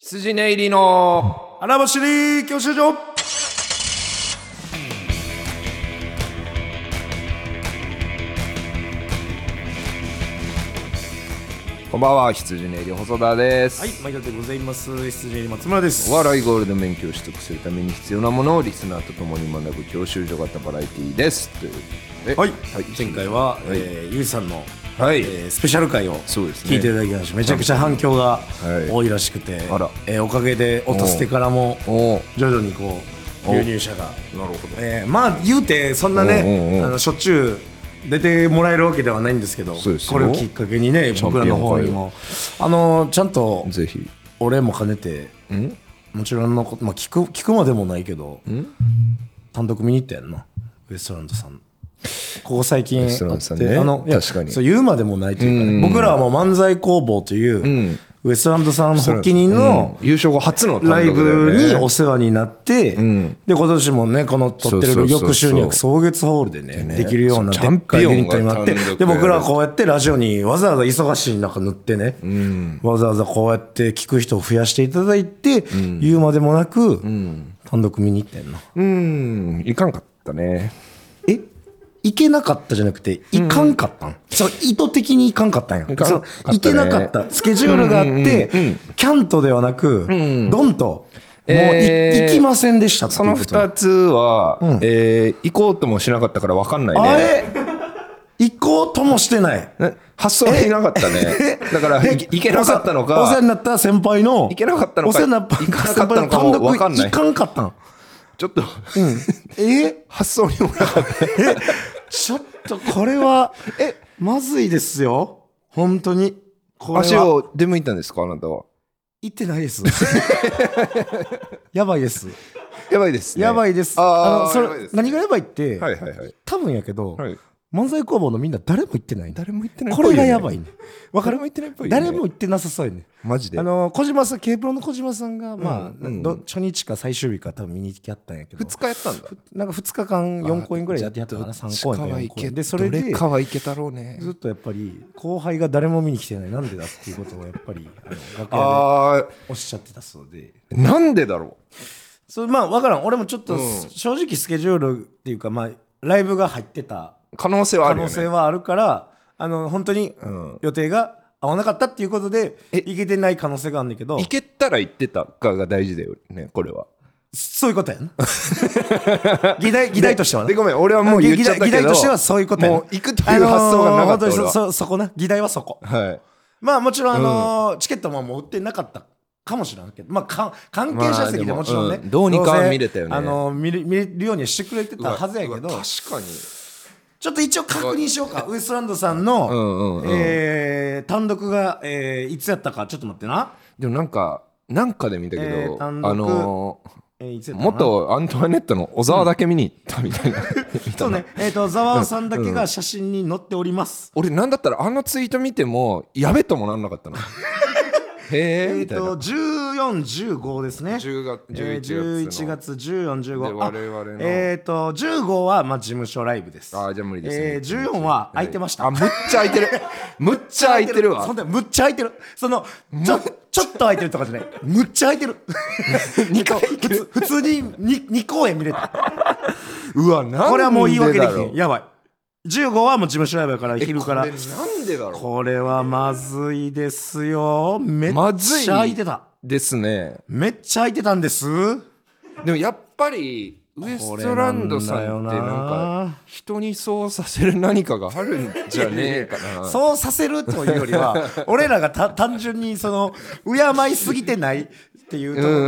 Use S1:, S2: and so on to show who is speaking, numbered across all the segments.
S1: 羊ネイリの
S2: 花走り教習所
S1: こんばんは羊ネイリ細田です、
S2: はい、毎度でございます。羊入松村です。
S1: お笑
S2: い。
S1: いゴールド免許を取得するために必要なものをリスナーと共に学ぶ教習所型バラエティーですということで
S2: はい
S1: はい、、
S2: 前回は、
S1: い
S2: えーゆうじさんの、
S1: はい
S2: えースペシャル回を
S1: そうですね
S2: 聞いていただきました。めちゃくちゃ反響が
S1: い
S2: 多いらしくて、
S1: あら
S2: えーおかげで音捨てからも
S1: おー
S2: 徐々にこう
S1: お
S2: 流入者が、
S1: なるほど
S2: えーまあ言うてそんな
S1: おうおう
S2: ね
S1: おう
S2: あのしょっちゅう出てもらえるわけではないんですけど、
S1: そうですよ
S2: これをきっかけにね
S1: チャンピ
S2: 僕
S1: オン
S2: ら
S1: 会
S2: の方にもあのちゃんと
S1: ぜひ
S2: お礼も兼ねて
S1: ん
S2: もちろんのこと、まあ、聞く聞くまでもないけど単独見に行ったやんなウエストランドさんここ最近
S1: ストラ
S2: あ
S1: ン
S2: っ
S1: ドさ
S2: て
S1: んね
S2: あのいや
S1: 確かに
S2: そう言うまでもないというか、ね僕らはもう漫才工房という、ウエストランドさん発起人の
S1: 優勝後初の単独
S2: ラ
S1: だ
S2: イ
S1: よね
S2: ブにお世話になって、で今年もねこの撮って
S1: そうそう
S2: る
S1: そうそう
S2: 翌週には草月ホールでねできるような
S1: そう
S2: でっかいユニットになっ
S1: チャ
S2: て
S1: ンピオンが単独
S2: で僕らはこうやってラジオにわざわざ忙しい中塗ってね、わざわざこうやって聞く人を増やしていただいて、言うまでもなく、単独見に行ったんな
S1: うんいかんかったね
S2: え行けなかったじゃなくて、行かんかったん、そう、意図的に行かんかったんや。
S1: かん
S2: そう
S1: かったね
S2: 行けなかった。スケジュールがあって、キャンとではなく、ドンと、もうい、
S1: えー
S2: 行きませんでしたっていう
S1: その
S2: こと
S1: 2つは、えー行こうともしなかったから分かんないね
S2: あれ行こうともしてない。
S1: ね発想がいなかったね。だから、
S2: で
S1: いいけなかったの
S2: お世お世話
S1: か
S2: に、なった先輩の。
S1: いけなかったのか
S2: お世話になった
S1: いかなかったのかも
S2: 先輩単独
S1: わかんない
S2: 行かんかったん。
S1: ちょっと、
S2: え
S1: 発想にもなかった。
S2: ちょっとこれ は、え、まずいですよ。本当に。これは
S1: 足を出向いたんですかあなたは。
S2: 行ってないです。やばいです。
S1: やばいですね。
S2: やばいです。
S1: あー
S2: のそ
S1: やばいで
S2: れ
S1: すね
S2: 何がやばいって、
S1: はいはいはい。
S2: 多分やけど、
S1: はい
S2: 漫才工房のみんな誰も行ってないね。
S1: 誰も言ってないっ
S2: こ
S1: ぽいよ
S2: れ
S1: ね
S2: がやばいね。わか
S1: 誰
S2: る
S1: も言ってないっぽいよね。
S2: 誰も行ってなさそうやね。
S1: マジで
S2: あ。の小島さん、K プロの小島さんが、まあ、
S1: うんうん
S2: ど初日か最終日か多分見に行きあったんやけど、
S1: 2日やったんだ。
S2: なんか2日間4公演ぐらいやってやったかな、3公演か4公演。で、それで、
S1: はいけたろうね
S2: ずっとやっぱり、後輩が誰も見に来てない、なんでだっていうことをやっぱり、あの楽屋で
S1: あ
S2: おっしゃってたそうで。
S1: ー、なんでだろ
S2: そうまあ分からん俺もちょっと
S1: うん
S2: 正直スケジュールっていうか、まあ、ライブが入って
S1: う。
S2: た
S1: 可能性はあ
S2: 可
S1: るよ
S2: 能性
S1: ね。
S2: はあるからあの本当に
S1: ん
S2: 予定が合わなかったっていうことで
S1: え
S2: 行けてない可能性があるんだけど
S1: いけたら言ってたかが大事だよね、これは。
S2: そういうこ とやな議題議題としてはな
S1: で、ごめん、俺はもう言っちゃったけど。
S2: 議題議題としてはそういうことやな
S1: もう行くという発想がなかった
S2: あのー本当に
S1: 俺
S2: そ
S1: は
S2: そそこな議題はそこ
S1: はい。
S2: まあもちろん、あのーチケットももう売ってなかったかもしれないけど、まあ、か関係者席でもちろん
S1: ま
S2: ね、
S1: あでもうんどうにかは
S2: せ
S1: 見れたよね
S2: あのー見る見れるようにはしてくれてたはずやけど
S1: うわ確かに。
S2: ちょっと一応確認しようか。ウエストランドさん
S1: うんうん
S2: の
S1: うん、
S2: えー単独が、えーいつやったか、ちょっと待ってな。
S1: でもなんか、なんかで見たけど、
S2: えー単独
S1: あのー
S2: えーいつやったかな。
S1: 元アントワネットの小沢だけ見に行ったみたいな。見た
S2: そう
S1: な
S2: ね。えっ、と、ザワオさんだけが写真に載っております。
S1: 俺なんだったらあのツイート見ても、やべともなんなかった な。へえ
S2: えっ、
S1: みたい
S2: と、
S1: な。
S2: 14、15ですね。
S1: 10月
S2: えー
S1: 11
S2: 11
S1: 月
S2: 月14、
S1: で
S2: 15。あ
S1: 我々の
S2: えっ、と、15は、まあ、事務所ライブです。
S1: あーじゃあ無理ですね
S2: えー、14は空いてました。
S1: あ、むっちゃ空いて る。むっちゃ空いてる
S2: そ
S1: わ
S2: ん。なむっちゃ空いてる。その、ちょ、ちょっと空いてるとかじゃない。むっちゃ空い てる。二回普通普通に二二公演見れた。
S1: うわ、なんでだろう
S2: これはもう言い訳できへん。やばい。15はもう事務所ライブやから、昼から。
S1: えこれなんでだろ
S2: これはまずいですよ。めっ
S1: まずい
S2: ちゃ空いてた。
S1: う。ですね。
S2: めっちゃ空いてたんです。
S1: でもやっぱり、ウエストランドさんってなん
S2: これなんだよ
S1: か
S2: な、
S1: 人にそうさせる何かがあるんじゃねえかな。
S2: そうさせるというよりは、俺らがた単純にその、敬いすぎてないっていうところね。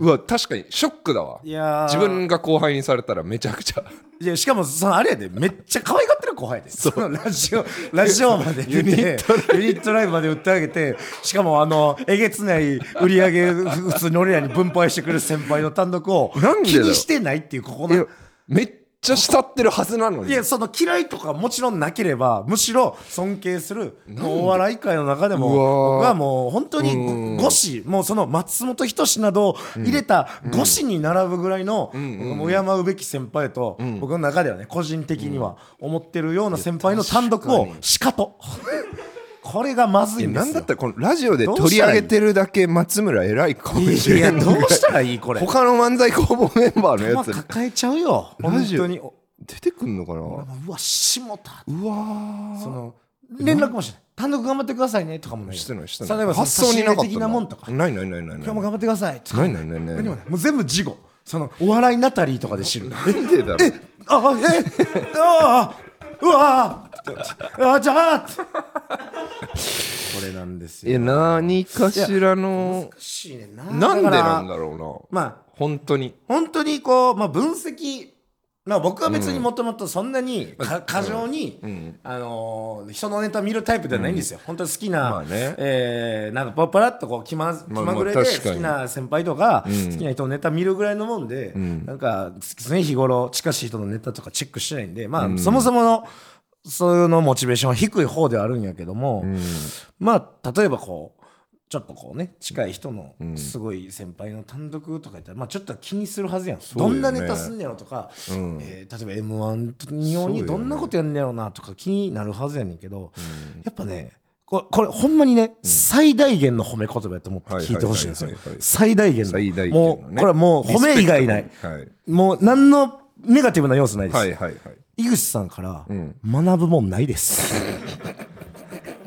S1: うん、うわ確かにショックだわ
S2: いやー
S1: 自分が後輩にされたらめちゃくちゃ
S2: いやしかもそのあれやでめっちゃ可愛がってる後輩でそのラジオラジオまで出てユニットライブまで売ってあげてしかもあのえげつない売り上げ普通に俺らに分配してくる先輩の単独を
S1: なんでだ
S2: 気
S1: ろう
S2: にしてないっていうここ
S1: い
S2: の
S1: やめっちゃ慕ってるはずなのに
S2: いやその嫌いとかもちろんなければむしろ尊敬するお笑い界の中でも
S1: うわー
S2: 僕はもう本当
S1: う
S2: に
S1: ん
S2: ご五子もうその松本人志などを入れた五子に並ぶぐらいの僕は敬うべき先輩と僕の中ではね個人的には思ってるような先輩の単独をしかと。 これがまずいんですよ
S1: なんだったらこのラジオで取り上げてるだけ松村偉いかもしれ
S2: いや
S1: ん
S2: どうしたらいいこ れ
S1: 他の漫才工房メンバーのや
S2: 頭
S1: つ
S2: 抱えちゃうよ
S1: ラ
S2: 本
S1: ジオ
S2: 当にお
S1: 出てくんのかな
S2: うわ下田
S1: うわ
S2: その連絡もしない単独頑張ってくださいねとかもな
S1: ー
S2: い
S1: してないして
S2: 例
S1: な
S2: え
S1: い
S2: ば
S1: 発想になかった
S2: 差し入れ的なもんとか
S1: ないないないないな
S2: 今日
S1: い
S2: も頑張ってくださいとか
S1: ないないないないな
S2: 何も
S1: い
S2: ないもう全部事後そのお笑いナタリーとかで知る
S1: なんでだろう
S2: あえああうわああじゃあこれなんです
S1: いや
S2: よ
S1: 何かしらの
S2: 難しいねんな
S1: なんでなん
S2: か
S1: だ
S2: ら
S1: ろうな
S2: まあ
S1: 本当に
S2: 本当にこう、まあ、分析まあ僕は別にもともとそんなにか過剰に、
S1: ん
S2: あのー人のネタ見るタイプではないんですよ、本当に好きな、
S1: まあね
S2: えーなんかパラパラっとこう気まず気
S1: まあまあ
S2: まぐれで
S1: 確か
S2: 好
S1: に
S2: きな先輩とか、
S1: うん
S2: 好きな人のネタ見るぐらいのもんで、
S1: ん
S2: なんか常日頃近しい人のネタとかチェックしてないんで、まあそもそものそういうのモチベーションは低い方ではあるんやけども、まあ例えばこうちょっとこうね近い人の
S1: ん
S2: すごい先輩の単独とかやったら、まあ、ちょっとは気にするはずやん、
S1: う
S2: ど
S1: よ
S2: ん
S1: ね
S2: なネタすんねやろとか、
S1: うん
S2: えー例えば m 1用
S1: そうよ
S2: に
S1: ね
S2: どんなことやんねやろなとか気になるはずやねんけど、やっぱねこれこれほんまにね、最大限の褒め言葉やと思って聞いてほしいんですよ
S1: はいはいはいはいはい
S2: 最大限の
S1: 最大限の
S2: も
S1: ね
S2: うこれはもう褒め以外ない
S1: リスペクトはい
S2: もう何のネガティブな要素ないです、
S1: はいはいはい
S2: 井口さんから
S1: ん
S2: 学ぶもんないです。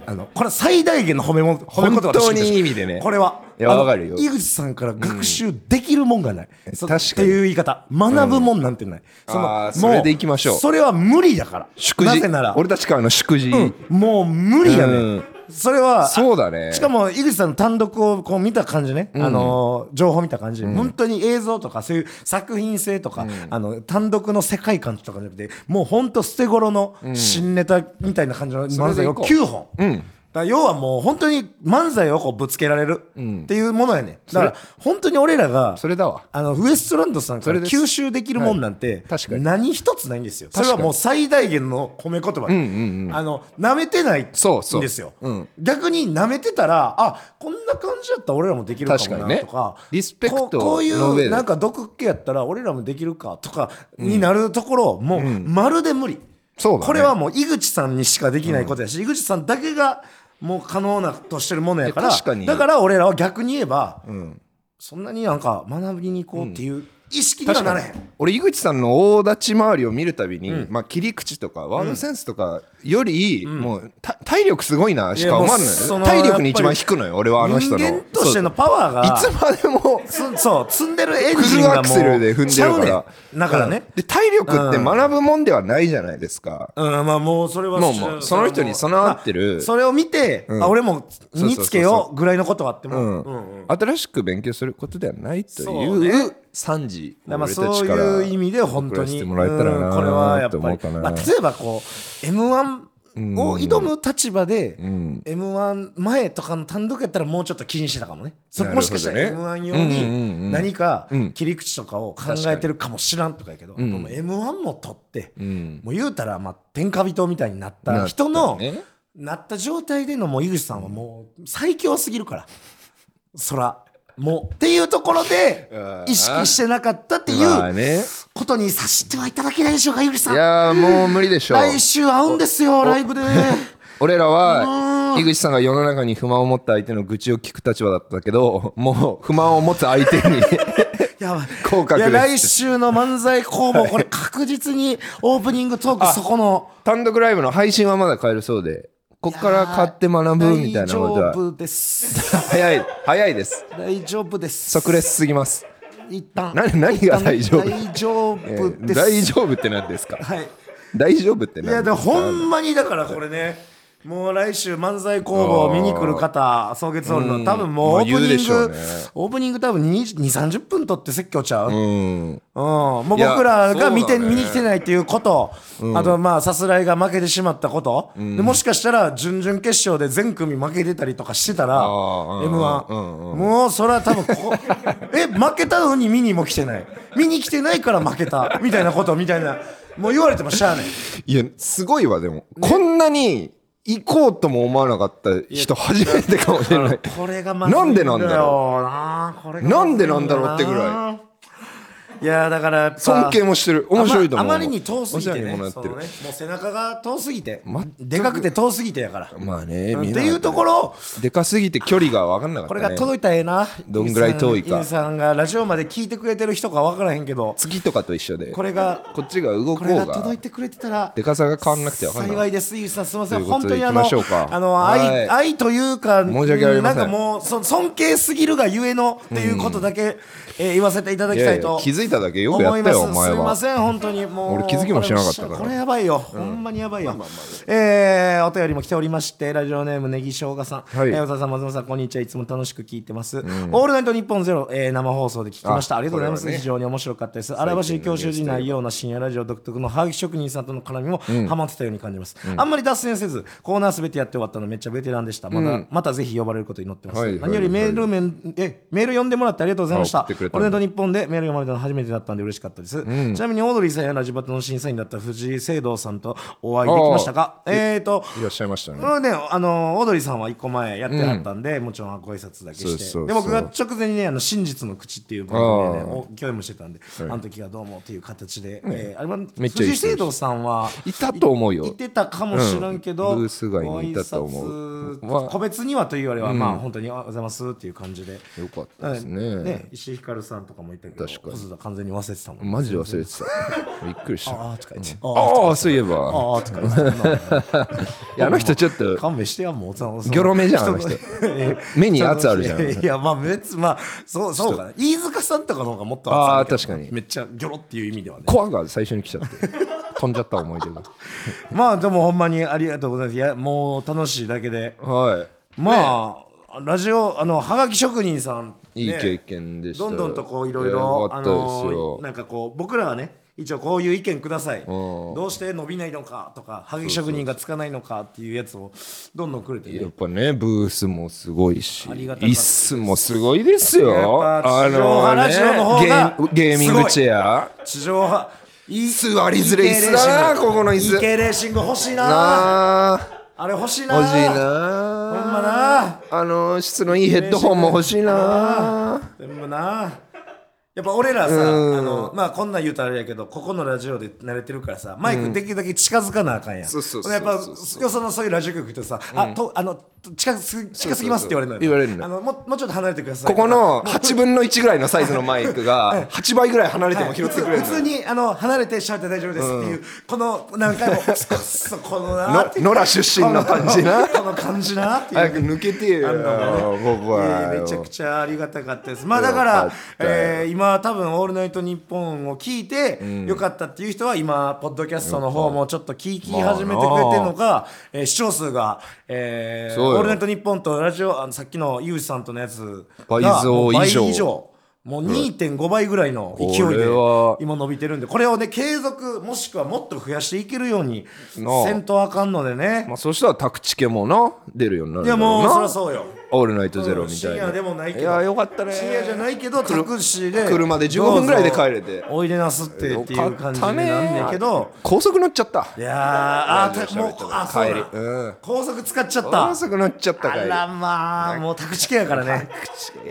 S2: あのこれは最大限の褒めも褒め言葉として
S1: 本当にいい意味でね
S2: これはい
S1: や
S2: あの
S1: わかるよ
S2: 井口さんから学習できるもんがない、
S1: 確
S2: そ
S1: かに
S2: っていう言い方学ぶもんなんてない、
S1: あーそれでいきましょう
S2: もそれは無理だから
S1: 祝
S2: な
S1: 辞
S2: ぜなら
S1: 俺たちからの祝辞
S2: もう無理やね、
S1: うん
S2: それは
S1: そうだね
S2: しかも井口さんの単独をこう見た感じね、あのー情報見た感じ、本当に映像とかそういう作品性とか、あの単独の世界観とかじゃなくてもう本当捨て頃の新ネタみたいな感じの漫
S1: それ
S2: 才
S1: でい
S2: を
S1: こう
S2: 9本。だから要はもう本当に漫才をこうぶつけられるっていうものやね、だから本当に俺らが
S1: それだわ
S2: あのウエストランドさんか
S1: そ
S2: ら
S1: れです
S2: 吸収できるもんなんて、
S1: 確かに
S2: 何一つないんですよそ
S1: 確
S2: れ
S1: かに
S2: はもう最大限の褒め言葉で、あの舐めてないんです
S1: そ
S2: よ
S1: うそううん
S2: 逆に舐めてたらあこんな感じやったら俺らもできるかも
S1: 確か
S2: な
S1: にね
S2: とか
S1: リスペクト
S2: こうこうい
S1: の上で
S2: うなんか毒気やったら俺らもできるかとかになるところ、もうまるで無理、
S1: そうだね
S2: これはもう井口さんにしかできないことやし、井口さんだけがもう可能なとしてるものやから
S1: いや確かに
S2: だから俺らは逆に言えば、
S1: ん
S2: そんなになんか学びに行こうっていう意識には
S1: 確
S2: な
S1: か
S2: れ
S1: に
S2: へん。
S1: 俺井口さんの大立ち回りを見るたびに、まあ、切り口とかワードセンスとかより、もうた体力すごいなしか思わんの
S2: いやもうそ
S1: よ
S2: の
S1: 体力に一番引くのよ俺はあの人の
S2: 人間としてのパワーが
S1: そうそういつまでも
S2: つそう積んでるエン
S1: フ
S2: ジン
S1: ル
S2: が
S1: ア
S2: もう
S1: クセルで踏んでるから
S2: ちゃうねんだからね
S1: うん、で体力って学ぶもんではないじゃないですか、
S2: うんまあもうそれは
S1: もうもうその人に備わってる
S2: まあそれを見て、
S1: ん
S2: あ俺も身つけようぐらいのことはあっても、
S1: うん
S2: うんうん
S1: 新しく勉強することではないと
S2: そ
S1: いうう惨事
S2: だから
S1: を
S2: まあ
S1: 俺た
S2: そう
S1: ちから
S2: いう意味で本当
S1: 送らせ
S2: に
S1: て
S2: うん
S1: も
S2: こ
S1: ら
S2: れ
S1: えたらな
S2: はやっぱ
S1: と思う
S2: り
S1: かな
S2: まあ例えばこう m 1を挑む立場で m 1前とかの単独やったらもうちょっと気にしてたかもねそ
S1: なるほどね
S2: もしかしたら m 1用
S1: うんうんうん
S2: に何か
S1: うん
S2: 切り口とかを考えてるかもしらんとかやけど m 1も取って
S1: うん
S2: もう言うたらまあ天下人みたいになっ
S1: な
S2: た
S1: った
S2: 人の
S1: ね
S2: なった状態でのもう井口さんはもう最強すぎるからそらもうっていうところで意識してなかったっていう。
S1: まあね
S2: ことにさしてはいただけないでしょうか、ゆりさ
S1: い
S2: ん。
S1: やーもう無理でしょう
S2: 来週会うんですよ、ライブで。
S1: 俺らは井口さんが世の中に不満を持った相手の愚痴を聞く立場だったけど もう不満を持つ相手 に
S2: やばい。
S1: 口角
S2: いや、
S1: で
S2: 来
S1: す
S2: 週の漫才工房、これ確実にオープニングトーク、そこの。
S1: 単独ライブの配信はまだ買えるそうでこっから買って学ぶみたいなこと
S2: 大
S1: は
S2: 丈夫です。
S1: 早い早いです
S2: 大丈夫です。
S1: 即レスすぎます
S2: 一旦。
S1: 何何が大丈夫
S2: 大丈夫
S1: え
S2: で
S1: ー
S2: す。
S1: 大丈夫って何です か
S2: はい。
S1: 大丈夫って
S2: い
S1: 何
S2: や、でも
S1: ですか
S2: ほんまにだからこれね。もう来週漫才工房見に来る方、草月ホールの多分もうオープ
S1: もう言うで
S2: ニン
S1: しょう
S2: グ
S1: ね、
S2: オープニング多分2、30分撮って説教ちゃう
S1: うん
S2: うん、もう
S1: いや
S2: 僕らが見
S1: そ
S2: て、
S1: うだね
S2: 見に来てないっていうこと、あとまあさすらいが負けてしまったこと、でもしかしたら準々決勝で全組負けてたりとかしてたら、
S1: あーうん
S2: m 1、
S1: うん
S2: もうそれは多分 ここえ負けたのに見にも来てない見に来てないから負けたみたいなことみたいなもう言われてもしゃあない
S1: いやすごいわでも、こんなに行こうとも思わなかった人初めてかもしれ ない
S2: これがまずいんだ
S1: なんでなんだ
S2: よなこれが
S1: なんでなんだろうってぐら
S2: いいやだからやっぱ
S1: 尊敬もしてる面白いと思う
S2: あまあまりに遠すぎて
S1: 面白い
S2: ね
S1: ものやっ
S2: そ
S1: て
S2: の
S1: る
S2: ねもう背中が遠すぎて
S1: 全く
S2: でかくて遠すぎてやから
S1: まあね
S2: うん
S1: 見なか
S2: って
S1: ったね
S2: いうところ
S1: でかすぎて距離が分かんなかった、
S2: こ
S1: ね、
S2: れが届いたらええな
S1: どんぐらい遠いか
S2: インさんがラジオまで聞いてくれてる人か分からへんけど
S1: 月とかと一緒で
S2: こ
S1: こ
S2: れが
S1: っちが動
S2: こ
S1: こ
S2: れが
S1: う
S2: 届い
S1: が
S2: てくれてたら
S1: でかさが変わんなくて分かん
S2: 幸
S1: ない
S2: いです、イーさん、すみませ
S1: と
S2: ん、
S1: いうこ
S2: 本
S1: と
S2: 当
S1: で
S2: にあの
S1: 行きましょうか
S2: あの
S1: は
S2: 愛
S1: い
S2: 愛というか、
S1: 申し訳ありません
S2: なんかもうそ尊敬すぎるがゆえのっていうことだけ、えー言わせていただきたい
S1: いやいや
S2: と
S1: 気づいただけよ
S2: 思
S1: くやったよ
S2: います。
S1: お前は
S2: すみません、本当にもう
S1: 俺気づきもしなかったから
S2: これやばいよ、ほんまにやばいよ。えーお便りも来ておりまして、ラジオネームネギしょうがさん、
S1: はい
S2: えー小沢さん、松本さん、こんにちは、いつも楽しく聞いてます。オールナイトニッポンゼロ、えー生放送で聞きました。
S1: あ
S2: ありがとうございます。
S1: これはね
S2: 非常に面白かったです。荒走り教習時ないような深夜ラジオ独特のハガキ職人さんとの絡みもハマってたように感じます、あんまり脱線せずコーナーすべてやって終わったのめっちゃベテランでしたまだ、またぜひ呼ばれることに乗ってます、
S1: はいはい
S2: 何よりメール面えメール読んでもらってありがとうございまし
S1: あ
S2: た
S1: 送ってくれたんだ
S2: 俺の日本でメール読まれたの初めてだったんで嬉しかったです、ちなみにオードリーさんやラジバトの審査員だった藤井聖堂さんとお会いできましたかえーと
S1: いらっしゃいましたね
S2: まあね、あのオードリーさんは一個前やってはったんで、もちろんご挨拶だけして
S1: そうそうそう
S2: で僕が直前にね「あの真実の口」っていう番組でねお共演もしてたんで、あの時はどうもっていう形で、えーあれは
S1: めっちゃいい人
S2: 藤井聖堂さんはい
S1: たと思うよ
S2: いてたかもしれんけど、
S1: うんブース外にいたと思う
S2: ご挨拶
S1: まあ
S2: 個別にはというよりは、まあ本当に「おはようございます」っていう感じで。
S1: よかったですね
S2: ね、石井ひかるさんとかもいたけど、
S1: 確かに
S2: 細田完全に忘れてたもん。
S1: マジで忘れて たびっくりした
S2: あ
S1: あ
S2: あ、とか言って。
S1: あそういえば
S2: ああ、とか 言って。
S1: いやあの人ちょっと
S2: 勘弁してやもうそのその
S1: ギョロ目じゃんあの人目に圧あるじゃん
S2: いやいやまあ別まあそうそうかな飯塚さんとかの方がもっと
S1: ああ
S2: 圧るけど
S1: 確かに
S2: めっちゃギョロっていう意味ではね
S1: コアが最初に来ちゃって飛んじゃった思い出が
S2: まあでもほんまにありがとうございますいやもう楽しいだけで
S1: は
S2: まあ、ラジオあのはがき職人さん
S1: いいい経験でしたよ
S2: どんどんとこういろい
S1: よ
S2: ろ
S1: か
S2: あ
S1: ったです
S2: の
S1: よ
S2: なんかこう僕らはね一応こういう意見くださいどうして伸びないのかとかはがき職人がつかないのかっていうやつをどんどんくれてね
S1: やっぱねブースもすごいし
S2: ありがたかった
S1: 椅子もすごいですよ
S2: やっぱ地上波ラジオの方
S1: ゲ
S2: が
S1: ームゲーミングチェア
S2: 地上波いい
S1: 座りづれ椅子だなここの椅子
S2: EK レーシング欲しいな
S1: なあ
S2: あれ欲しいな
S1: 欲しいな
S2: ほんまな
S1: あの質のいいヘッドホンも欲しいな
S2: 全部なやっぱ俺らさ、あのまあこんなん言うとあれやけどここのラジオで慣れてるからさマイクできるだけ近づかなあかんやん、
S1: そうそうそう
S2: ほんでやっぱよそのそういうラジオ局行くとさ、あとあの近す近すぎますって言われるの
S1: そうそうそう
S2: よ
S1: 言われるの
S2: あのもうもうちょっと離れてください
S1: ここの8分の1ぐらいのサイズのマイクが8倍ぐらい離れても拾ってくれる
S2: 普通にあの離れてしゃべって大丈夫ですっていう、この何回もくっそこのな
S1: の野良出身の感じな
S2: この感じなっていう
S1: 早く抜けてよ
S2: あんなもんね
S1: ボ
S2: い
S1: バ
S2: やいやめちゃくちゃありがたかったですまあだから
S1: よかったよ
S2: えー今多分「オールナイトニッポン」を聞いてよかったっていう人は今ポッドキャストの方もちょっと聞き始めてくれてるのかえー視聴数が「えー
S1: そうよ
S2: オールナイトニッポン」とラジオあのさっきのユージさんとのやつが
S1: 倍増
S2: もう倍
S1: 以上
S2: 以上もう2.5倍ぐらいの勢い
S1: こ
S2: で
S1: れは
S2: 今伸びてるんでこれをね継続もしくはもっと増やしていけるように
S1: なあ
S2: せんとあかんのでね
S1: まあそしたら宅地家もな出るようになる
S2: いや
S1: んだろ
S2: も
S1: う
S2: う
S1: な
S2: そりゃそうよ
S1: オールナイトゼロみた
S2: 深
S1: い
S2: 夜
S1: な
S2: でもないけ
S1: い
S2: ど
S1: やよかったね
S2: 深夜じゃないけどタクシーで
S1: 車で15分ぐらいで帰れて
S2: どうぞおいでなすってっていう感じになんねんけど
S1: 高速乗っちゃった
S2: いやー
S1: ラ
S2: あー
S1: ジ
S2: た
S1: オ
S2: もう
S1: 喋ってた
S2: あそう
S1: 帰りうん
S2: だ高速使っちゃった
S1: 高速乗っちゃった
S2: あ
S1: から
S2: まあもうタクシー系やからね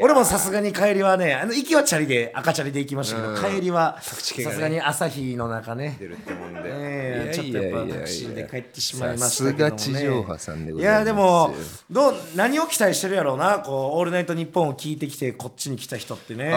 S2: 俺もさすがに帰りはねあの行きはチャリで赤チャリで行きましたけど帰りはさ
S1: シー系がね
S2: すがに朝日の中ね
S1: 出るってもんで
S2: ねえちょっとやっぱタクシーで帰ってしまいましたけどもね
S1: さすが地上波さんでご
S2: い
S1: ざいます
S2: やでもどう何を期待してるやろうなこう「オールナイトニッポン」を聞いてきてこっちに来た人ってね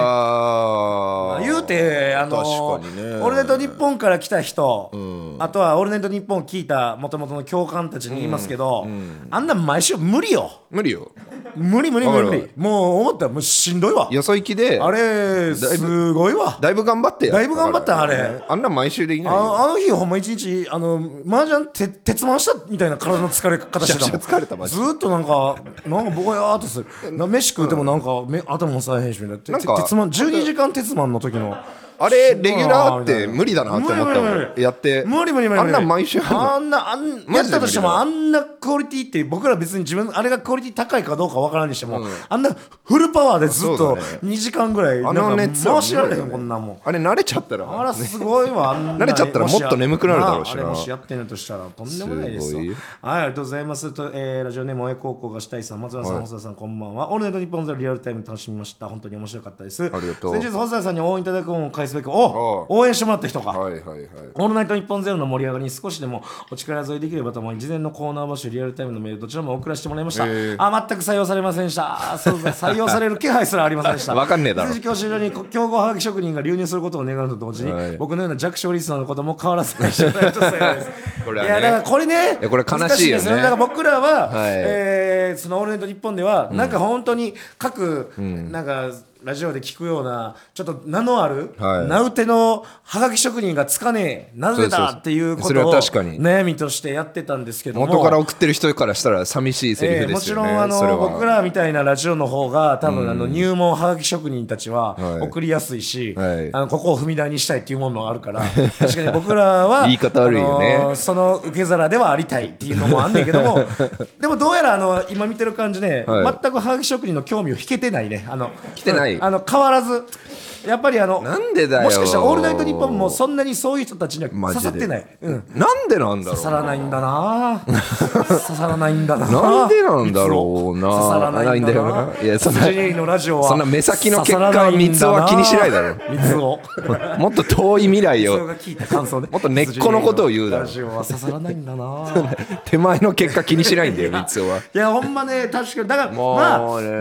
S1: あー
S2: 言うてあの
S1: 確かにね
S2: オールナイトニッポン」から来た人、あとは「オールナイトニッポン」を聞いたもともとの教官たちに言いますけど、あんなん毎週無理よ
S1: 無理よ
S2: 無理無理無理
S1: わ
S2: 無
S1: かるわ
S2: 理もう思ったらもうしんどいわ
S1: よそ行きで
S2: あれすごいわ
S1: だいぶ頑張ってや
S2: だいぶ頑張ったあれ
S1: あんなん毎週できない
S2: あ
S1: よ
S2: のあの日ほんま一日あの麻雀て鉄腕したみたいな体の疲れ方してたも
S1: め
S2: ん
S1: ちゃくちゃ疲れたマジ
S2: ずーっとなんかなんかぼやーっ とするな飯食うてもなんかめ頭もさえへんしみたいなて
S1: なんか
S2: て鉄腕12時間鉄腕の時の
S1: あれレギュラーって無理だなって思ったも
S2: 無理無理無
S1: ん
S2: 理
S1: やって
S2: 無理無理無理無理
S1: あんなん毎週
S2: あんなあん
S1: マジで無理だ
S2: やったとしてもあんなクオリティって僕ら別に自分あれがクオリティ高いかどうかわからんにしても、あんなフルパワーでずっ
S1: そ
S2: と
S1: うだね
S2: 2時間ぐらいな
S1: あ
S2: んか
S1: の熱は無
S2: 回し
S1: 理
S2: ら
S1: だよ
S2: れへんこんなもん
S1: あれ慣れちゃったら
S2: あらすごいわあんな
S1: 慣れちゃったらもっと眠くなるだろうしな
S2: もやあれもしやってんのとしたらとんでもないですよ
S1: すごい
S2: はいありがとうございますと、えーラジオネーム親高校がしたいさん松原さん、細田さんこんばんはオールナイトニッポンゼロリアルタイム楽しみました本当に面白かったですあ
S1: りがとう
S2: 先日細田さんに応援いただく恩を返すスペックを応援してもらった人か。
S1: はいはいはい
S2: オールナイト日本ゼロの盛り上がりに少しでもお力添えできればと思い事前のコーナー募集リアルタイムのメールどちらも送らせてもらいました、
S1: えー
S2: あ全く採用されませんでしたあそうか採用される気配すらありませんでし た
S1: わかんねえだろ
S2: 通教習所に強豪はがき職人が流入することを願うと同時に、
S1: はい
S2: 僕のような弱小リスナーのことも変わらずにしてもらえると幸いです
S1: これはね
S2: いやだからこれね
S1: いやこれ悲しいよね
S2: 難ですだから僕ら
S1: はい
S2: は、えーその「オールナイト日本では、なんか本当に各、なんかラジオで聞くようなちょっと名のある、
S1: はい
S2: 名うてのはがき職人がつかねえなぜだっていうこ
S1: そうそう
S2: と
S1: そ
S2: を
S1: れは確かに
S2: 悩みとしてやってたんですけども
S1: 元から送ってる人からしたら寂しいセリ
S2: え
S1: フ
S2: え
S1: で
S2: も
S1: す
S2: ち
S1: よ
S2: ろ
S1: ね、
S2: んあ
S1: それ
S2: の
S1: は
S2: 僕らみたいなラジオの方が多分あの入門はがき職人たちは
S1: はい
S2: 送りやすいし、
S1: はい
S2: あのここを踏み台にしたいっていうものもあるから確かに僕らは
S1: 言い方悪いよね
S2: あのその受け皿ではありたいっていうのもあんねんけ どもでもどうやらあの今見てる感じね、
S1: はい
S2: 全くはがき職人の興味を引けてないねあの
S1: 来てない
S2: あの変わらずやっぱりあの
S1: なんでだよ
S2: もしかしたら「オールナイトニッポン」もそんなにそういう人たちには
S1: マ
S2: 刺
S1: ジで
S2: さってない、うん、
S1: なんでなんだろ
S2: 刺
S1: う
S2: さらないんだな ぁ刺さらないんだなぁ
S1: なんでなんだろうない
S2: つも刺さらないんだ
S1: ないん
S2: な
S1: だよ
S2: ぁ
S1: ないやそんな
S2: SJ のラジオは
S1: そんな目先の結果
S2: 刺さらないんだ
S1: 三つは気にしないだろ
S2: 三つを
S1: もっと遠い未来
S2: 三つ
S1: を
S2: が聞いた感想で
S1: もっと根っこのことを言うだろ
S2: SJ のラジオは刺さらないんだ なぁ
S1: 手前の結果気にしないんだよ三つは。
S2: いやほんまね確かにだから
S1: もう
S2: まあ
S1: ね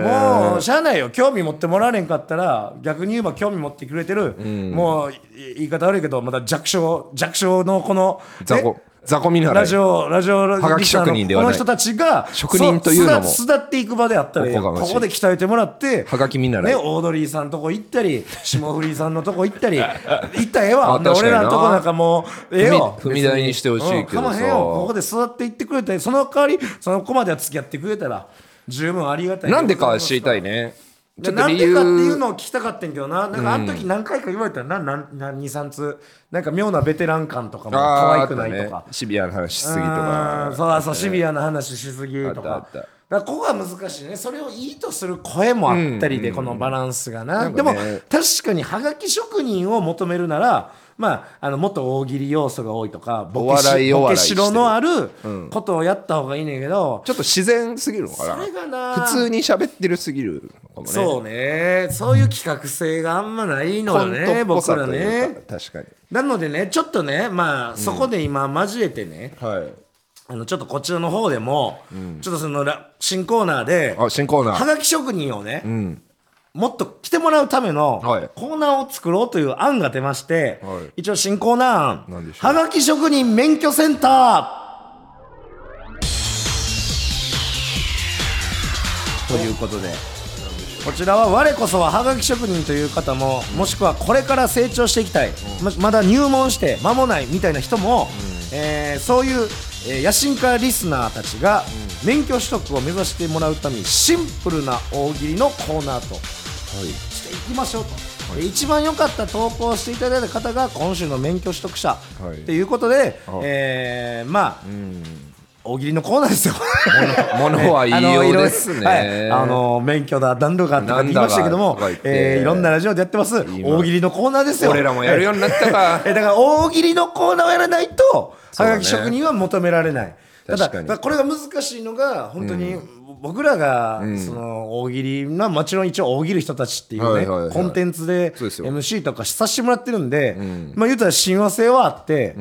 S2: もうしゃあないよ興味持ってもらわれんかったら逆に言えば興味持ってくれてる、もうい言い方悪いけどまだ弱小弱小のこのね
S1: 雑魚雑魚見習い
S2: ラジオ、ラジオ、ラジオ
S1: はがき職人ではない
S2: この人たちが、
S1: 職人というのも
S2: そ巣立巣立っていく場であったり、
S1: おこが
S2: こ
S1: ましい
S2: こで鍛えてもらって、
S1: はがき見習い
S2: ね、オードリーさんとこ行ったり、霜降りさんのとこ行ったり、 行ったらええわ。
S1: あ確かに
S2: 俺
S1: な
S2: らのとこなんかもう、ええよ。
S1: 踏み踏み台にしてほしいけどさ
S2: うんかまへんよ。ここで育っていってくれて、その代わり、その子までは付き合ってくれたら、十分ありがたい。
S1: なんでか知りたい。ね。ちょっと
S2: なん
S1: 理
S2: で
S1: 由
S2: かっていうのを聞きたかったんけどな、なんかあの時何回か言われたらな、なんなん2、3通、なんか妙なベテラン感とかも可愛くないと
S1: あーあっ
S2: か
S1: たね、シビアな話しすぎと
S2: う
S1: か
S2: んそうそうシビアな話しすぎ
S1: あ
S2: とか
S1: ったあった
S2: だからここが難しいねそれをいいとする声もあったりで、このバランスがな
S1: なん
S2: で
S1: か
S2: も
S1: ね
S2: 確かにハガキ職人を求めるならまあ、あのもっと大喜利要素が多いとかボケ
S1: お笑い
S2: し
S1: お
S2: ボ
S1: 笑
S2: ケ
S1: いして
S2: し
S1: る
S2: ろのあることをやった方がいいねんけど、
S1: ちょっと自然すぎるのかな
S2: それがな
S1: 普通に喋ってるすぎるのかもね
S2: そうねそういう企画性があんまないの
S1: コ
S2: よ
S1: ント
S2: ね
S1: っぽ
S2: 僕
S1: さ
S2: ら
S1: という
S2: ね
S1: か確かに
S2: なのでねちょっとねまあそこで今交えてね、
S1: はい
S2: あのちょっとこちらの方でも、ちょっとそのラ新コーナーで
S1: あ新コーナ
S2: は
S1: ー
S2: がき職人をね、
S1: うん
S2: もっと来てもらうための
S1: はい
S2: コーナーを作ろうという案が出まして、
S1: はい
S2: 一応新コーナー
S1: 何
S2: 案
S1: でしょ
S2: は
S1: う
S2: がき職人免許センターということでこちらは我こそははがき職人という方ももしくはこれから成長していきたい、もしまだ入門して間もないみたいな人も、えーそういう、えー野心家リスナーたちが免許取得を目指してもらうためにシンプルな大喜利のコーナーとしていきましょうと、で一番良かった投稿をしていただいた方が今週の免許取得者と、
S1: はい
S2: い、うことで
S1: あ、
S2: えーまあ、大喜利のコーナーですよ。
S1: 物は言いようです
S2: あのいろい
S1: ね
S2: ろはいあの免許だ何度かとかって言いましたけど
S1: なん
S2: も
S1: だかとか言って
S2: えーいろんなラジオでやってます
S1: 今
S2: 大喜利のコーナーですよ
S1: 俺らもやるようになったか
S2: えだから大喜利のコーナーをやらないと
S1: そ
S2: は
S1: うだね
S2: がき職人は求められないただ
S1: 確かに
S2: だからこれが難しいのが本当に僕らがその大喜利まあもちろん一応大喜利人たちっていう
S1: はい
S2: ね
S1: はいはい
S2: コンテンツで
S1: そうですよ
S2: MC とかさせてもらってるんでまあ言うたら親和性はあって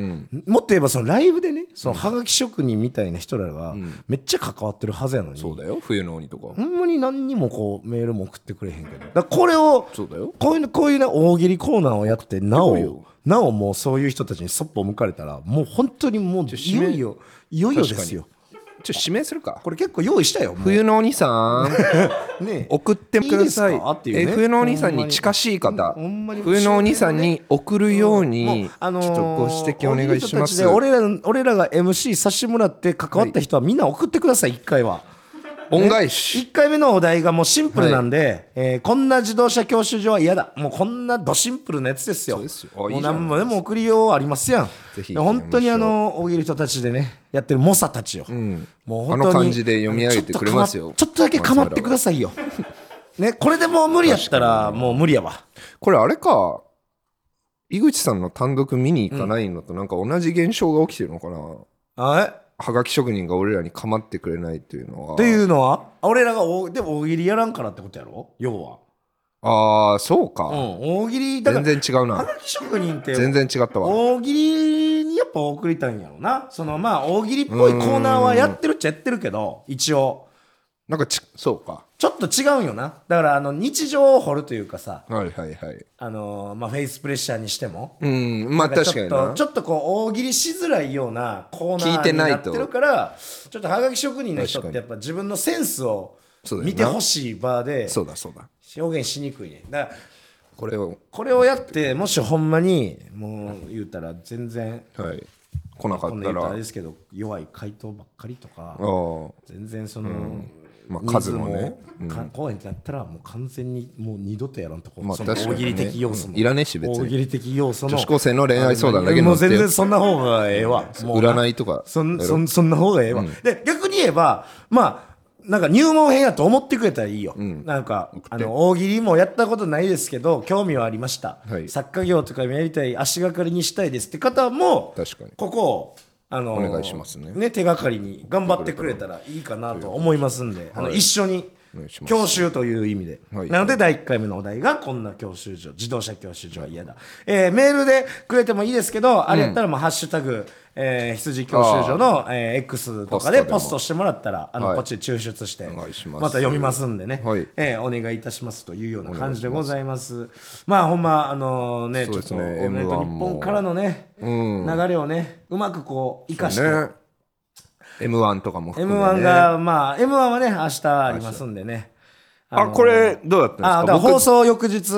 S2: もっと言えばそのライブでねそのはがき職人みたいな人らはめっちゃ関わってるはずやのに
S1: そうだよ冬の鬼とか
S2: ほんまに何にもこうメールも送ってくれへんけどだからこれを
S1: そうだよ
S2: こういうのこういうね大喜利コーナーをやってな
S1: すごい
S2: お
S1: よ
S2: なおもうそういう人たちにそっぽを向かれたらもう本当にもういよいよいよいよですよ
S1: ちょっと指名するか
S2: これ結構用意したよもう
S1: 冬の鬼さん
S2: ねえ
S1: 送ってください
S2: いいですかっていうね
S1: え冬のお兄さんに近しい方
S2: ほんまに
S1: 冬のお兄さんに送るように、
S2: もうあのー
S1: ちょっとご指摘お願いしま
S2: 大喜利人たち
S1: す
S2: で俺ら俺らが MC させてもらって関わった人はみんな送ってください1回は。
S1: 恩返し
S2: 1回目のお題がもうシンプルなんで、えーこんな自動車教習所は嫌だもうこんなドシンプルなやつですよ
S1: そうですよあいい
S2: もう
S1: じゃない
S2: 何もでも送りようありますやん
S1: ぜひ
S2: 本当にあの大喜利人たちでねやってる猛者たちよ、もう本当に
S1: あの感じで読み上げてくれますよ
S2: ちょっとかまちょっとだけかまってくださいよ ねこれでもう無理やったらもう無理やわ
S1: これあれか井口さんの単独見に行かないのとなんか同じ現象が起きてるのかな、
S2: あえ
S1: はがき職人が俺らに構ってくれないっていうのは
S2: っていうのは俺らが大でも大喜利やらんからってことやろ要は
S1: ああそうか、
S3: うん
S2: 大喜利だか
S1: 全
S2: ら
S1: 然違う
S2: は
S1: な
S2: がき職人って
S1: 全然違ったわ
S2: 大喜利にやっぱ送りたいんやろなそのまあ大喜利っぽいコーナーはやってるっちゃやってるけど一応
S1: なんかちそうか
S2: ちょっと違うんよなだからあの日常を掘るというかさ
S1: はいはいはい
S2: あのーまあフェイスプレッシャーにしても
S1: うんまあ
S2: なん
S1: 確かに
S2: ちょっ
S1: な
S2: とちょっとこう大喜利しづらいようなコーナ
S1: 聞いて
S2: ーに
S1: ない
S2: な
S1: と
S2: ってるからちょっとはがき職人の人っ
S1: 確
S2: て
S1: か
S2: やっぱ自分のセンスを
S1: そうだよな
S2: 見てほしい場で
S1: そうだそうだ
S2: 表現しにくいねだから
S1: これを
S2: これをやってもしほんまにもう言うたら全然
S1: はい来なか
S2: こん
S1: っ
S2: な
S1: た
S2: 言
S1: ら
S2: うたら
S1: あ
S2: あれですけど弱い回答ばっかりとか
S1: あ
S2: 全然その、
S1: まあ数もね
S2: 人数もか公演ってなったらもう完全にもう二度とやらんとこ、
S1: まあ
S2: その
S1: 確か
S2: 大
S1: にね
S2: 喜利的要素も、
S1: うんいらねえし別に
S2: 大喜利的要素の
S1: 女子高生の恋愛相談だけ載って
S2: もう全然そんな方がええわもう
S1: 占いとか
S2: そん
S1: やろ
S2: そんそんな方がええわ、で逆に言えばまあなんか入門編やと思ってくれたらいいよ、なんかあの大喜利もやったことないですけど興味はありました、
S1: はい
S2: 作家業とかもやりたい足がかりにしたいですって方も
S1: 確かに
S2: ここをあの
S1: お願いしますね
S2: 手がかりに頑張ってくれたらいいかなと思いますんで、あの一緒に
S1: お願いします
S2: 教習という意味で、
S1: はい
S2: なので第1回目のお題がこんな教習所自動車教習所は嫌だ、えーメールでくれてもいいですけどあれやったらもうハッシュタグ、えー羊教習所の、えー X とか
S1: ポストで
S2: で
S1: も
S2: ポストしてもらったらあの、
S1: はい
S2: こっちで抽出して
S1: お願いします
S2: また読みますんでね、
S1: はい
S2: えーお願いいたしますというような感じでございますまあほんまあのね
S1: そうで
S2: ち
S1: す
S2: ょっ
S1: ね
S2: と「オールナイト
S1: M1
S2: ニッポン」からのね、流れをねうまくこう生かして、
S1: ね M1 とかも含め、ね、
S2: M1 が、まあ、M1 はね、明日ありますんでね。
S1: あ
S2: の
S1: これどうだったんですか
S2: あ、だから
S1: 僕
S2: 放送翌日、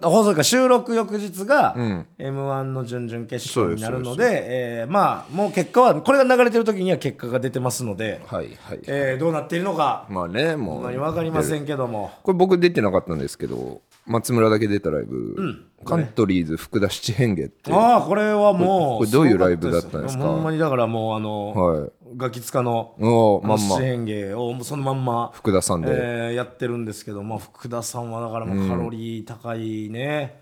S2: 放送か収録翌日が、M1 の準々決勝になるので、えーまあ、もう結果は、これが流れてる時には結果が出てますので、
S1: はいはい、
S2: えーどうなっているのか、
S1: まあねも
S2: ほん
S1: う
S2: まにわかりませんけども。
S1: これ僕出てなかったんですけど松村だけ出たライブ、カントリーズ福田七変化って
S2: ああ、これはも
S1: こ
S2: う、
S1: れこれどういうライブだったんですか
S2: ほんまにだからもう、あの、
S1: はい
S2: ガキ使の、
S1: おーまんま
S2: 支援芸をもうそのまんま、
S1: 福田さんで、
S2: えーやってるんですけど、まあ、福田さんはだからもうカロリー高いね、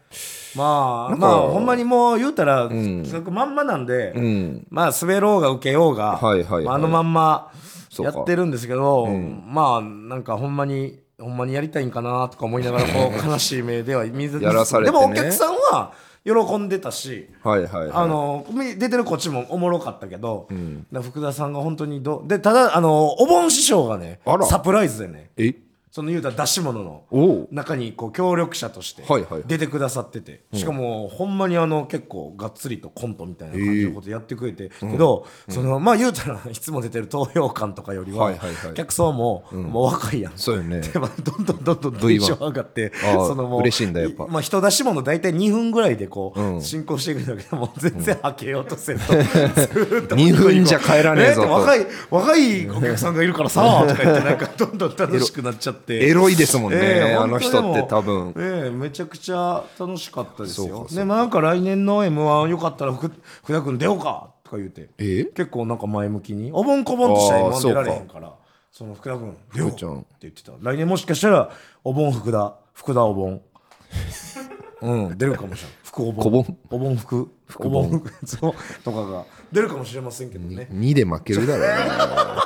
S2: まあまあほんまにもう言うたら企画まんまなんで、
S1: ん
S2: まあ滑ろうが受けようが、
S1: はいはいはい
S2: まああのまんま
S1: そう
S2: や
S1: か
S2: ってるんですけど、まあなんかほんまにほんまにやりたいんかなとか思いながらこ う悲しい目では見ず
S1: やらされて
S2: で
S1: ね
S2: もお客さんは喜んでたし。
S1: はいはいはい
S2: あの出てるこっちもおもろかったけど、だから福田さんが本当にどうでただあのお盆師匠がね
S1: あら
S2: サプライズでね
S1: え
S2: その言うたら出し物の
S1: おう
S2: 中にこう協力者として
S1: はいはい
S2: 出てくださってて、しかもほんまにあの結構がっつりとコントみたいな感じのことやってくれて、けど、そのまあ言うたらいつも出てる東洋館とかよりは,、
S1: はいはいはい
S2: 客層も、もう若いやん。
S1: そうよ ね
S2: でまあどんどんどんどん
S1: V1
S2: テンション上がって
S1: あー
S2: そのもう
S1: 嬉しいんだやっぱ
S2: まあ、人出し物大体2分ぐらいでこう、
S1: うん
S2: 進行していくんだけどもう全然開けようとせんと、
S1: 2分じゃ帰らねえぞ
S2: ね
S1: と、
S2: 若い若いお客さんがいるから さとか言ってなんかどんどん楽しくなっちゃって
S1: エロいですもんね、
S2: ええ
S1: あの人って多分
S2: 本当でもええめちゃくちゃ楽しかったです
S1: そうか
S2: よ
S1: そうか
S2: でまあなんか来年の m 1よかったら福福田君出ようかとか言うて
S1: え
S2: 結構なんか前向きにおぼんこぼんとした
S1: あー
S2: m 1出られへんからその福田君出ようって
S1: ちゃん
S2: 言ってた来年もしかしたらお盆福田福田お盆うん出るかもしれない福お盆
S1: こぼん
S2: お盆福お盆福そうとかが出るかもしれませんけどね
S1: 2で負けるだろうな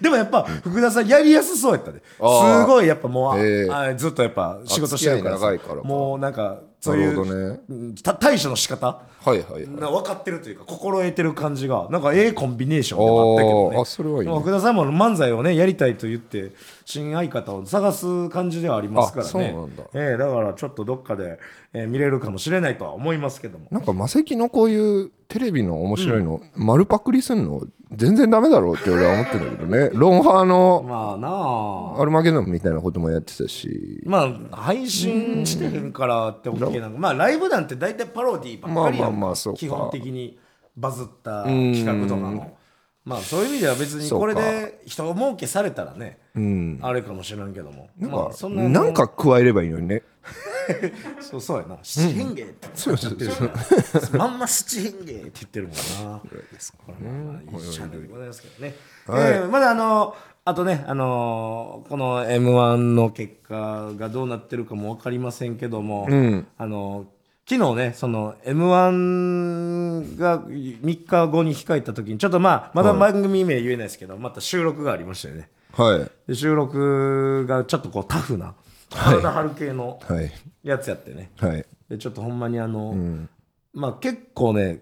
S2: でもやっぱ福田さんやりやすそうやったで、
S1: あー
S2: すごいやっぱもう、あ
S1: ええ
S2: あずっとやっぱ仕事してるからさ
S1: あ付き合い長いからか
S2: もうなんか そうい
S1: なるほどね
S2: う、うんた対処の仕方
S1: はいはいはい
S2: な分かってるというか心得てる感じがなんかええコンビネーションでもあったけどね
S1: あーあそれはいいね
S2: でも福田さんも漫才をねやりたいと言って新相方を探す感じではありますからね
S1: あそうなんだ
S2: ええだからちょっとどっかで、えー見れるかもしれないとは思いますけども
S1: なんかマセキのこういうテレビの面白いの、丸パクリすんの全然ダメだろうって俺は思ってるんだけどねロンハーの
S2: まあなあ
S1: アルマゲドンみたいなこともやってたし
S2: まあ配信してへんからって OK なんかまあライブなんて大体パロディばっかりやんか
S1: まあまあまあそうか
S2: 基本的にバズった企画とかのまあそういう意味では別にこれで人儲けされたらねあれかもしれんけども
S1: なんか,、
S2: まあそんな
S1: な
S2: の
S1: んか加えればいいのに ね
S2: そうそうやな七変化って
S1: そうそうそう
S2: まんま七変化って言ってるもんなこれまあまあいいチャンネルでございますけどね
S1: はい
S2: えーまだあのあとね、あのーこの m 1の結果がどうなってるかも分かりませんけども、あの昨日ねその m 1が3日後に控えた時にちょっとまあまだ番組名言えないですけど、また収録がありましたよね
S1: はい
S2: で収録がちょっとこうタフな
S1: はい
S2: 体張る系の
S1: はい
S2: やつやってね
S1: はい
S2: でちょっとほんまにあの、まあ結構ね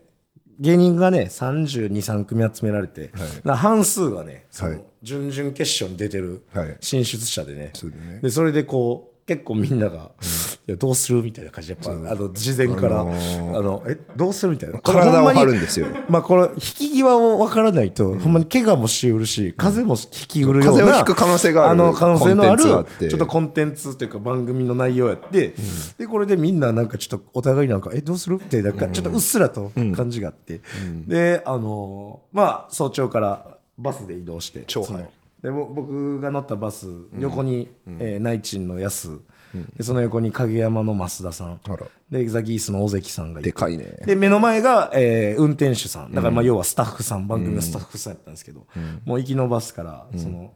S2: 芸人がね323組集められて、な半数がねそ
S1: はい
S2: の準々決勝に出てる
S1: はい
S2: 進出者でね,、
S1: そうだね
S2: でそれでこう結構みんなが「いやどうする?」みたいな感じでやっぱあの事前から「あのえどうする?」みたいな
S1: 体を張るん
S2: で
S1: ですよ
S2: まあこの引き際を分からないと、ほんまに怪我もしうるし風邪も引きうるよ
S1: 風
S2: うな、
S1: 邪をひく可能性がある
S2: の可能性のある
S1: コンテンツがあって
S2: ちょっとコンテンツというか番組の内容やって、でこれでみんななんかちょっとお互いなんかえどうするってなんかちょっとうっすらと感じがあって、であのーまあ早朝からバスで移動して
S1: 超早い
S2: そのでぼ僕が乗ったバス横に、えーナイチンのやす、でその横に影山の増田さん
S1: あら
S2: でザ・ギースの尾関さんがいて
S1: でかいね
S2: で目の前が、えー運転手さんだからまあ要はスタッフさん、番組のスタッフさんやったんですけど、もう行き延ばすから、その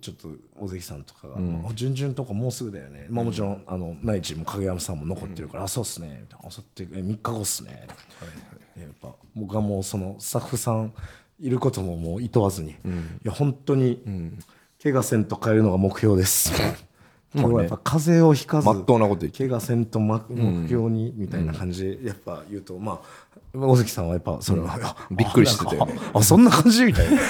S2: ちょっと尾関さんとかが「あ順々とかもうすぐだよね」まあ、もちろんあの内地も影山さんも残ってるから「あそうっすね」みたいな「あさって3日後っすね」でやっぱ僕はもうそのスタッフさんいることももういとわずに、いや本当に、怪我せんと帰るのが目標 です。今日はやっぱ風邪をひかず、
S1: まっとうなこと言って
S2: 怪我せんとま目標にみたいな感じでやっぱ言うと、まあ尾関さんはやっぱそれは、あ
S1: びっくりしてたよね
S2: ああそんな感じみたい な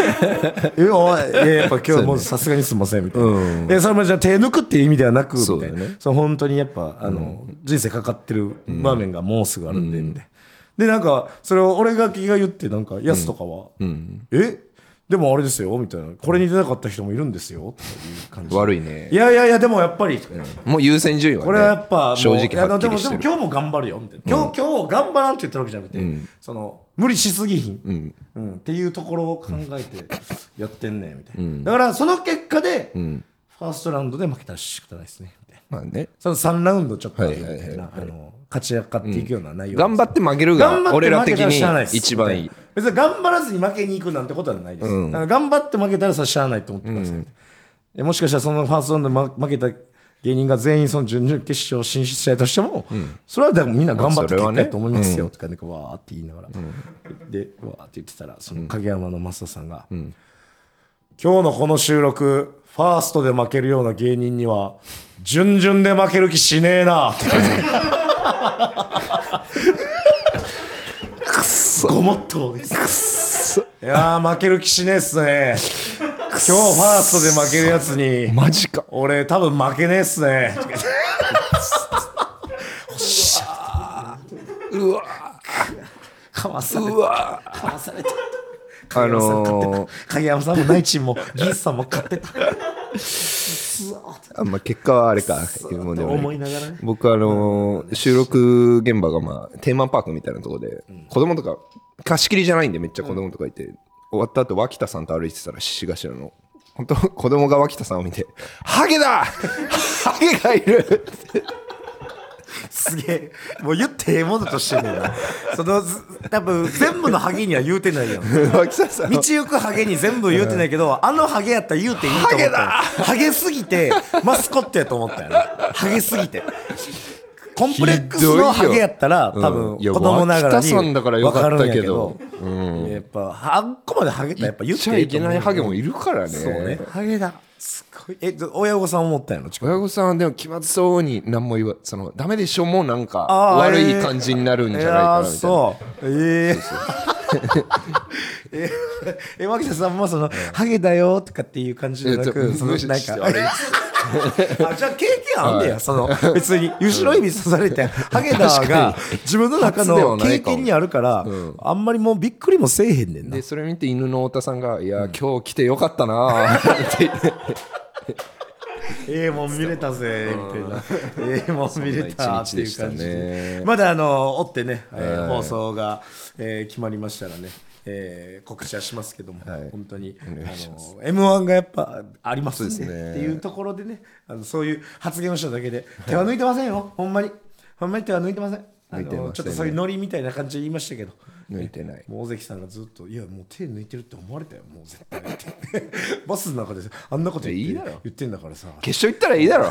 S2: えおいいややっぱ今日はもうさすがにすみませんみたいな、いやそれもじゃあ手抜くっていう意味ではなくみたい
S1: そうだ
S2: な
S1: よね
S2: そう本当にやっぱあの、人生かかってる場面がもうすぐあるんで、みたいなでなんかそれを俺が気が言ってなんかやすとかは「えでもあれですよ」みたいな「これに出なかった人もいるんですよ」っていう感じ
S1: 悪いね
S2: いやいやいやでもやっぱり」
S1: もう優先順位は、ね、
S2: これはやっぱもう
S1: 正直
S2: いや
S1: はっき
S2: でも
S1: り
S2: で
S1: し
S2: も
S1: てる
S2: 今日も頑張るよみたいな今日,、今日頑張らんって言ったわけじゃなくて、その無理しすぎひん、うんっていうところを考えてやってんねんみたいな、だからその結果で、ファーストラウンドで負けたら仕方ないですねみたいな
S1: まあね
S2: その3ラウンドちょっとあ
S1: はい
S2: るみ
S1: はい
S2: た
S1: はいいはい
S2: な、あの勝ち上がっていくような内容
S1: 頑張って負ける
S2: 頑張
S1: が
S2: って
S1: 俺ら
S2: 負け
S1: 的
S2: たしゃあない
S1: に
S2: です
S1: 一番いい
S2: 別に頑張らずに負けに行くなんてことはないです、だから頑張って負けたらさしゃあないと思ってください、えもしかしたらそのファーストラウンドでま負けた芸人が全員その準々決勝進出したとしても、それはでもみんな頑張って
S1: それはね
S2: 結果やと思いますよとかねこうわーって言いながら、でわーって言ってたらその影山の増田さんが、今日のこの収録ファーストで負けるような芸人には準々で負ける気しねえなってごもっともです。いやー、負ける気しねえっすね。今日ファーストで負けるやつに、
S1: マジか
S2: 俺多分負けねえっすね。
S1: うわ
S2: かわされ
S1: うわ
S2: た。かわされた。
S1: あ のー
S2: 影山さんもナイチンも、ギースさんも勝ってた。
S1: あんま結果はあれかもうでもね
S2: 思いながらね。
S1: 僕あのー収録現場がまあテーマパークみたいなところで子供とか貸し切りじゃないんでめっちゃ子供とかいて終わった後脇田さんと歩いてたら獅子頭の本当子供が脇田さんを見て「ハゲだ ハゲがいる!」
S2: すげえ。もう言ってええものとしてんねんな。その、ず多分全部のハゲには言うてないやん。
S1: 脇田さん
S2: 道行くハゲに全部言うてないけど、あのハゲやったら言うていいと思ったよ
S1: ハ
S2: ハゲすぎてマスコットやと思ったよねハゲすぎてコンプレックスのハゲやったら
S1: ひどいよ
S2: 多分
S1: うんいや
S2: 子供ながらに
S1: 脇田さんだからよかったけど
S2: わかるんやけどやっぱあっこまでハゲたらやっぱ
S1: 言
S2: 言
S1: っ
S2: っ
S1: てちゃ
S2: ええ
S1: い
S2: と
S1: け
S2: 思う
S1: ないハゲもいるからね
S2: そうねハゲだすごいえど親御さん思ったんやろ近く
S1: 親御さんはでも気まずそうに何も言わそのダメでしょもうなんか
S2: あー
S1: 悪
S2: えー
S1: い感じになるんじゃないかなみたいな、
S2: やーそうえーええ脇田さんもその、ハゲだよとかっていう感じじゃな
S1: えー
S2: く
S1: ちょ
S2: その
S1: むし
S2: なんか
S1: あれ
S2: あじゃあ経験あんねや、
S1: はい
S2: その別に後ろ指さされて、 ハゲダーが自分の中
S1: 初では
S2: の
S1: な
S2: 経
S1: いかも
S2: 験にあるから、あんまりもうびっくりもせえへんねんな
S1: でそれ見て犬の太田さんが「いや今日来てよかったな」って言って
S2: ええもん見れたぜみたいなええもん見れたっていう感じ
S1: そんな一日で
S2: で
S1: したね
S2: まだあの追ってね、えー放送が、えー決まりましたらねえー告知はしますけども、
S1: はい
S2: 本当に、あ
S1: 願いしま
S2: の M1 がやっぱありますんで
S1: そうですね
S2: っていうところでね、あのそういう発言をしただけで手は抜いてませんよ、ほんまに、ほんまに手は抜いてません。あ
S1: 抜いてません
S2: の
S1: ね
S2: ちょっとそういうノリみたいな感じで言いましたけど、
S1: 抜いてない
S2: もう尾関さんがずっと「いやもう手抜いてるって思われたよもう絶対」 ってバスの中であんなこと言って
S1: いやいいだろ
S2: 言ってんだからさ
S1: 決勝行ったらいいだ ろ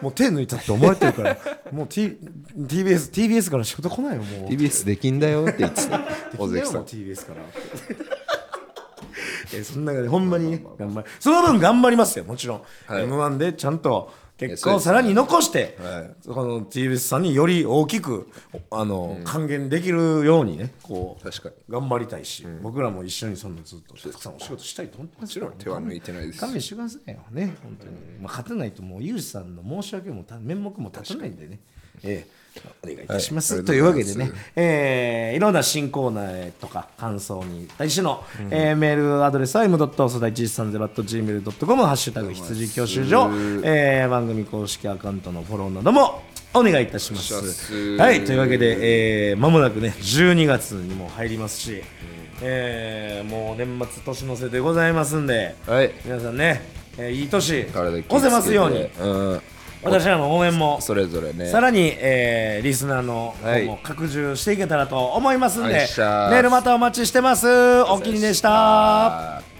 S2: もう手抜いたって思われてるからもう、T、TBS, TBS から仕事来ないよもう
S1: TBS できんだよって言ってた尾
S2: で
S1: 関
S2: きないよ
S1: さ
S2: もうん TBS から えそんな中でほんまにね頑張りその分頑張りますよもちろん、
S1: はい
S2: m 1でちゃんと結果をさらに残して、
S1: はい
S2: この TBS さんにより大きくあの、還元できるようにねこう
S1: 確かに
S2: 頑張りたいし、僕らも一緒にそのずっとたくさんお仕事したいと思ってもちろん
S1: 手は抜いてないです
S2: 勘弁してくださいよね本当に、まあ、勝てないともうユージさんの申し訳もた面目も立たないんでねええお願いいたします、
S1: はい
S2: というわけで
S1: ありがと
S2: ね
S1: うございま、
S2: ええいろんな新コーナーとか感想に対しての、ええメールアドレスは m. 細大 130.gmail.com ハッシュタグ羊教習所、ええ番組公式アカウントのフォローなどもお願いいたしま。
S1: お願いしますす
S2: はい、というわけで、えー、間もなくね、12月にも入りますし、えー、もう年末年の瀬でございますんで、
S1: はい
S2: 皆さんね、えーいい年
S1: 体気を
S2: 越
S1: つけて
S2: せますように
S1: うん
S2: 私らの応援も
S1: それぞれね
S2: さらに、えーリスナーの
S1: は
S2: 方
S1: い
S2: も拡充していけたらと思いますんで、
S1: よっしゃー
S2: メールまたお待ちしてますお気に入りでした
S1: あー